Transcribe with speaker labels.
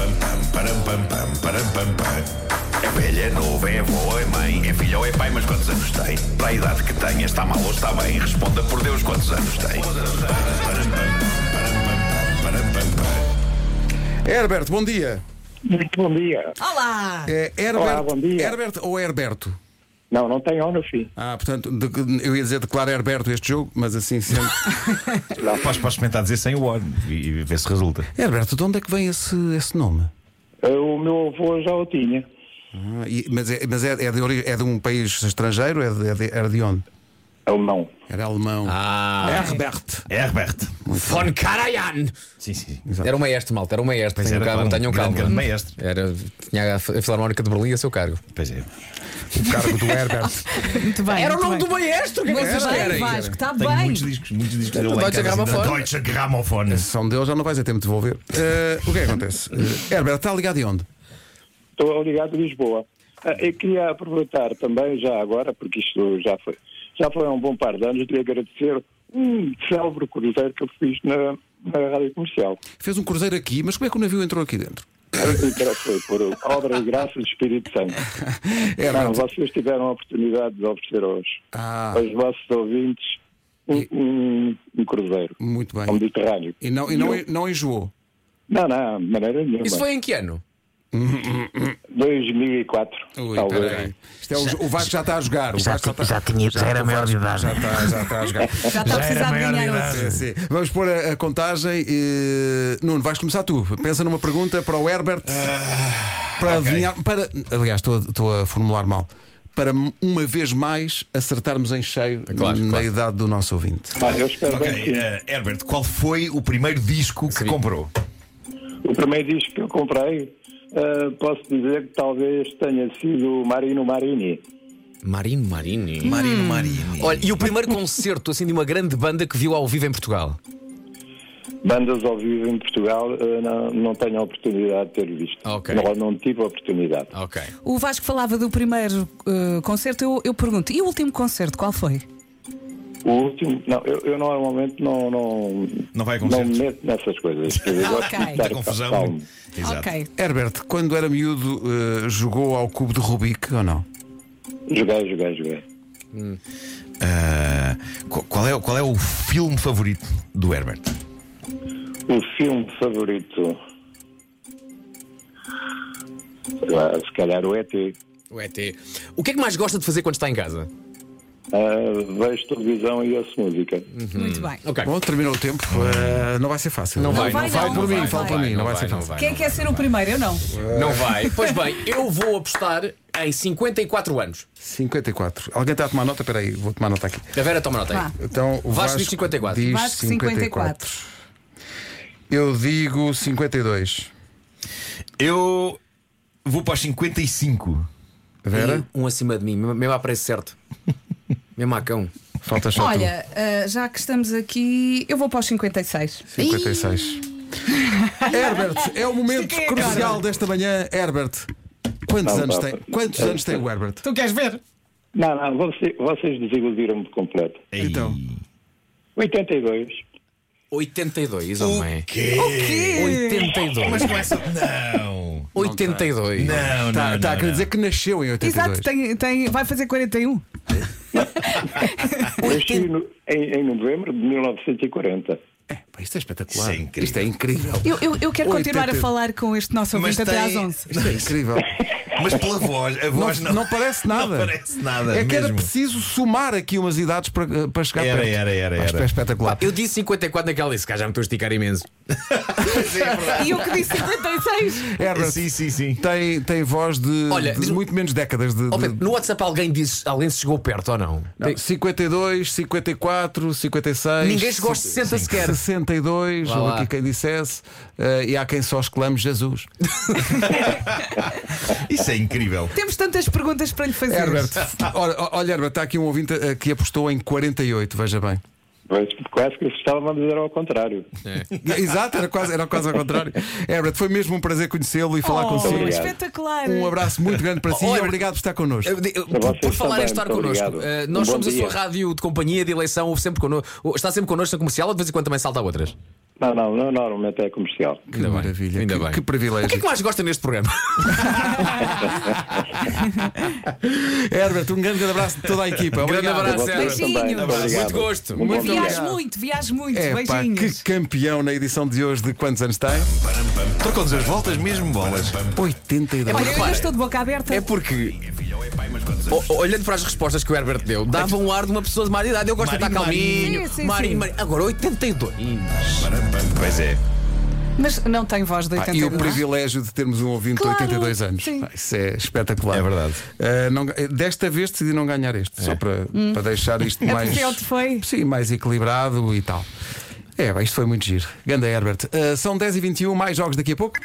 Speaker 1: param, pam, pam, param, pam, pam. É velha, é novo, é avó, é mãe, é filha ou é pai, mas quantos anos tem? Para a idade que tem, está mal ou está bem? Responda por Deus quantos anos tem. Param, pam, param, pam, param, pam, pam.
Speaker 2: Herbert, bom dia.
Speaker 3: Muito bom dia.
Speaker 4: Olá!
Speaker 2: É Herbert,
Speaker 3: Olá, bom dia.
Speaker 2: Herbert ou Herberto?
Speaker 3: Não, não tem on no fim.
Speaker 2: Ah, portanto, de- eu ia dizer declara Herberto este jogo, mas assim sendo.
Speaker 5: Podes, podes experimentar dizer sem o or e, e ver se resulta.
Speaker 2: Herberto, de onde é que vem esse, esse nome?
Speaker 3: Eh, O meu avô já o tinha.
Speaker 2: Ah, e- mas é, mas é, é de ori- é de um país estrangeiro? É de, é de- era de onde?
Speaker 3: Alemão.
Speaker 2: Era alemão.
Speaker 6: Ah.
Speaker 2: Herbert.
Speaker 1: É,
Speaker 5: Herbert.
Speaker 6: Von Karajan!
Speaker 5: Sim, sim.
Speaker 6: Era um maestro, malta, era um maestro. Tenham
Speaker 5: era,
Speaker 6: calma,
Speaker 5: claro,
Speaker 6: tenham
Speaker 5: um grande,
Speaker 6: calma.
Speaker 5: grande maestro.
Speaker 6: Era, tinha a Filarmónica de Berlim a seu cargo.
Speaker 5: Pois é.
Speaker 6: Então,
Speaker 2: O cargo do Herbert.
Speaker 7: Muito bem.
Speaker 6: Era o
Speaker 7: muito
Speaker 6: nome
Speaker 7: bem.
Speaker 6: do maestro, o que é que vocês
Speaker 7: Muito bem,
Speaker 6: querem?
Speaker 7: Vasco, está
Speaker 5: Tenho
Speaker 7: bem.
Speaker 5: muitos discos, muitos discos dele lá em
Speaker 6: Deutsche
Speaker 5: casa, assim, da
Speaker 6: Grammophon.
Speaker 5: Deutsche Grammophon.
Speaker 2: São deles, já não vais a tempo de devolver. Ah, o que é que acontece? Ah, Herbert, está ligado de onde?
Speaker 3: Estou ligado a Lisboa. Eh, Eu queria aproveitar também, já agora, porque isto já foi, já foi há um bom par de anos, de lhe agradecer um célebre cruzeiro que eu fiz na, na rádio comercial.
Speaker 2: Fez um cruzeiro aqui, mas como é que o navio entrou aqui dentro?
Speaker 3: Era- Foi por obra e graça do Espírito Santo. Não,
Speaker 2: Herbert,
Speaker 3: vocês tiveram a oportunidade de oferecer aos,
Speaker 2: É Ah.
Speaker 3: aos vossos ouvintes um, um- um cruzeiro
Speaker 2: muito
Speaker 3: ao
Speaker 2: bem.
Speaker 3: Mediterrâneo.
Speaker 2: E não, e não,
Speaker 3: Eu-
Speaker 2: não enjoou.
Speaker 3: Não, não, de maneira nenhuma.
Speaker 6: Isso foi em que ano?
Speaker 3: 2004,
Speaker 2: Ui,
Speaker 3: talvez.
Speaker 2: peraí. Isto é o, o Vasco já está a jogar. O
Speaker 5: Já,
Speaker 2: Vasco
Speaker 5: ti- já tinha, tá já era maior de idade.
Speaker 2: já está, já está a jogar.
Speaker 5: Já
Speaker 7: Já está a
Speaker 5: era
Speaker 7: precisar de
Speaker 5: maior
Speaker 7: dinheiro.
Speaker 5: idade.
Speaker 2: Sim, sim. Vamos pôr a, a contagem. eh, Nuno, vais começar tu. Pensa numa pergunta para o Herbert. para adivinhar. Para, aliás, estou a, estou a formular mal. Para uma vez mais acertarmos em cheio
Speaker 6: claro,
Speaker 2: na
Speaker 6: claro.
Speaker 2: idade do nosso ouvinte.
Speaker 3: Mas eu
Speaker 6: Tá
Speaker 3: espero
Speaker 5: Ok,
Speaker 3: bem que sim.
Speaker 5: eh, Herbert, qual foi o primeiro disco que comprou?
Speaker 3: O primeiro disco que eu comprei, eh, posso dizer que talvez tenha sido o Marino Marini.
Speaker 6: Marino Marini.
Speaker 8: Marino Marini.
Speaker 6: Olha, e o primeiro concerto assim de uma grande banda que viu ao vivo em Portugal?
Speaker 3: Bandas ao vivo em Portugal, eh, não, não tenho a oportunidade de ter visto.
Speaker 6: Ok.
Speaker 3: Não, não tive a oportunidade.
Speaker 5: Ah.
Speaker 6: Ok.
Speaker 7: O Vasco falava do primeiro eh, concerto, eu, eu pergunto, e o último concerto, qual foi?
Speaker 3: O último, não, eu, eu normalmente não, não,
Speaker 5: Não vai a
Speaker 3: não me
Speaker 5: concertos.
Speaker 3: meto nessas coisas. Quer dizer,
Speaker 7: Ah,
Speaker 3: gosto de
Speaker 7: ok.
Speaker 3: estar
Speaker 5: Confusão.
Speaker 3: calmo.
Speaker 5: Exato.
Speaker 7: Ok.
Speaker 2: Herbert, quando era miúdo, eh, jogou ao cubo de Rubik ou não?
Speaker 3: Joguei, joguei, joguei.
Speaker 5: Ah, qu- qual, é, o- qual é o filme favorito do Herbert?
Speaker 3: O filme favorito. Sei lá, Ah, Se calhar o ET.
Speaker 6: O ET. O que é que mais gosta de fazer quando está em casa?
Speaker 3: Ah, vejo televisão e ouço música.
Speaker 5: Uhum.
Speaker 7: Muito bem.
Speaker 6: Ok.
Speaker 2: Bom, terminou o tempo. Eh, não vai ser fácil.
Speaker 6: É. Não vai,
Speaker 7: vai,
Speaker 6: não
Speaker 7: não,
Speaker 6: vai.
Speaker 7: não
Speaker 6: não
Speaker 7: vai,
Speaker 6: vai,
Speaker 7: fala
Speaker 6: não
Speaker 7: para
Speaker 2: mim, não vai ser
Speaker 6: não
Speaker 2: fácil.
Speaker 6: vai.
Speaker 7: Quem é quer ser o primeiro? Eu não.
Speaker 6: Não vai. Pois bem, eu vou apostar em 54 anos.
Speaker 2: 54. Alguém está a tomar nota? Espera aí, vou tomar nota aqui.
Speaker 6: A Vera toma nota aí.
Speaker 7: Vá.
Speaker 2: Então, o
Speaker 6: Vasco diz 54.
Speaker 2: diz
Speaker 7: Vasco
Speaker 2: 54.
Speaker 7: 54.
Speaker 2: Eu digo 52.
Speaker 5: Eu vou para os 55.
Speaker 2: Vera?
Speaker 6: E Um acima de mim, mesmo a preço certo. Mesmo a cão.
Speaker 2: Falta só
Speaker 7: Olha, eh, já que estamos aqui, eu vou para os 56.
Speaker 2: tu. 56. Herbert, é o momento
Speaker 7: Estiquei agora.
Speaker 2: crucial desta manhã. Herbert, quantos
Speaker 3: Não,
Speaker 2: anos
Speaker 3: não.
Speaker 2: tem? Quantos anos tem o Herbert?
Speaker 5: Então
Speaker 6: Tu queres ver?
Speaker 3: Não, não, você- vocês desiludiram-me de completo.
Speaker 2: Então.
Speaker 3: 82.
Speaker 6: 82, homem.
Speaker 7: O
Speaker 5: Oh,
Speaker 7: quê?
Speaker 6: 82.
Speaker 5: Mas com essa. Não!
Speaker 6: 82.
Speaker 5: Não, tá,
Speaker 2: Está
Speaker 5: não.
Speaker 2: está Tá, a
Speaker 5: não,
Speaker 2: querer dizer que nasceu em 82.
Speaker 7: Exato, tem, tem, vai fazer 41.
Speaker 3: Nasci no- em, em novembro de 1940.
Speaker 2: Pá, Isto é espetacular.
Speaker 5: Isso é incrível.
Speaker 2: Isto é incrível.
Speaker 7: Eu, eu, eu quero continuar a
Speaker 2: 80.
Speaker 7: falar com este nosso
Speaker 5: um. Mas
Speaker 7: ouvinte até
Speaker 5: tem-
Speaker 7: às 11.
Speaker 2: Isto é incrível.
Speaker 5: não. Mas pela voz, a
Speaker 2: Não,
Speaker 5: voz não.
Speaker 2: não parece nada.
Speaker 5: Não parece nada.
Speaker 2: É que era
Speaker 5: mesmo.
Speaker 2: preciso somar aqui umas idades para, para chegar
Speaker 5: Era,
Speaker 2: perto.
Speaker 5: era, era,
Speaker 2: Pá, Isto
Speaker 5: era.
Speaker 2: é espetacular.
Speaker 6: Eu disse 54 naquela disse, cá já me estou a esticar imenso.
Speaker 7: E eu que disse 56.
Speaker 2: Herbert,
Speaker 5: É Sim, sim, sim.
Speaker 2: tem, tem voz de,
Speaker 6: Olha,
Speaker 2: de
Speaker 6: diz-me-
Speaker 2: muito menos décadas de,
Speaker 6: Ó,
Speaker 2: de-
Speaker 6: Pedro, no WhatsApp alguém disse, alguém se chegou perto ou não?
Speaker 2: não, 52, 54, 56
Speaker 6: Ninguém chegou aos 60 sequer.
Speaker 2: 62,
Speaker 6: Vá
Speaker 2: ou
Speaker 6: lá.
Speaker 2: aqui quem dissesse eh, E há quem só exclame Jesus
Speaker 5: Isso é incrível.
Speaker 7: Temos tantas perguntas para lhe
Speaker 5: É,
Speaker 7: fazer.
Speaker 2: Herbert, olha, olha Herbert, está aqui um ouvinte eh, que apostou em 48, veja bem
Speaker 3: Mas quase que estava a dizer ao contrário.
Speaker 2: Exato, era quase, era quase ao contrário Herbert, foi mesmo um prazer conhecê-lo e falar
Speaker 7: oh,
Speaker 2: consigo
Speaker 7: espetacular.
Speaker 2: Um abraço muito grande para si
Speaker 6: Oh,
Speaker 2: e
Speaker 6: Herbert.
Speaker 2: obrigado por estar connosco
Speaker 6: Eu- de- eu-
Speaker 3: Para
Speaker 6: Por,
Speaker 3: vocês
Speaker 6: por falar em
Speaker 3: também,
Speaker 6: estar
Speaker 3: muito
Speaker 6: connosco,
Speaker 3: obrigado.
Speaker 6: eh, nós
Speaker 3: Um bom
Speaker 6: somos a
Speaker 3: dia.
Speaker 6: sua rádio de companhia de eleição, ouve sempre connosco, está sempre connosco na comercial ou de vez em quando também salta a outras?
Speaker 3: Não, não, não, normalmente é comercial.
Speaker 2: Que
Speaker 6: Ainda bem,
Speaker 2: maravilha.
Speaker 6: ainda
Speaker 2: que,
Speaker 6: bem.
Speaker 2: que privilégio.
Speaker 6: O que é que mais gosta neste programa?
Speaker 2: Herbert, um grande abraço de toda a equipa.
Speaker 6: Grande
Speaker 2: Obrigado.
Speaker 3: Eu
Speaker 6: abraço,
Speaker 3: gosto
Speaker 6: Herbert.
Speaker 7: Beijinho.
Speaker 3: também.
Speaker 7: Muito
Speaker 3: Obrigado.
Speaker 6: gosto.
Speaker 3: Um bom
Speaker 2: Muito
Speaker 3: dia.
Speaker 7: Viaje muito, viaje muito.
Speaker 2: É pá, que
Speaker 7: Beijinhos.
Speaker 2: campeão na edição de hoje de quantos anos tem?
Speaker 5: Estou com as voltas mesmo bolas.
Speaker 2: 82.
Speaker 7: Olha, eu
Speaker 6: repara.
Speaker 7: estou de boca aberta.
Speaker 6: É porque,
Speaker 1: Filhão é pai, mas quantos anos?
Speaker 6: o- olhando para as respostas que o Herbert deu, dava um ar de uma pessoa de má idade. Eu gosto de estar
Speaker 5: Marinho,
Speaker 6: calminho.
Speaker 7: Marinho. Sim, sim,
Speaker 6: Marinho,
Speaker 7: sim.
Speaker 6: Marinho. Agora, 82.
Speaker 1: Pois é.
Speaker 7: Mas não tem voz de
Speaker 2: Ah, e
Speaker 7: 82.
Speaker 2: o privilégio de termos um ouvinte
Speaker 7: Claro,
Speaker 2: de 82 anos.
Speaker 7: sim.
Speaker 2: Ah, Isso é espetacular.
Speaker 5: É verdade. É.
Speaker 2: Ah, não- desta vez decidi não ganhar este, só para, para deixar isto
Speaker 7: É
Speaker 2: mais.
Speaker 7: porque é o que foi.
Speaker 2: Sim, mais Eh, equilibrado e tal. É, bem, isto foi muito giro. Ganda Herbert. Ah, são 10h21, mais jogos daqui a pouco.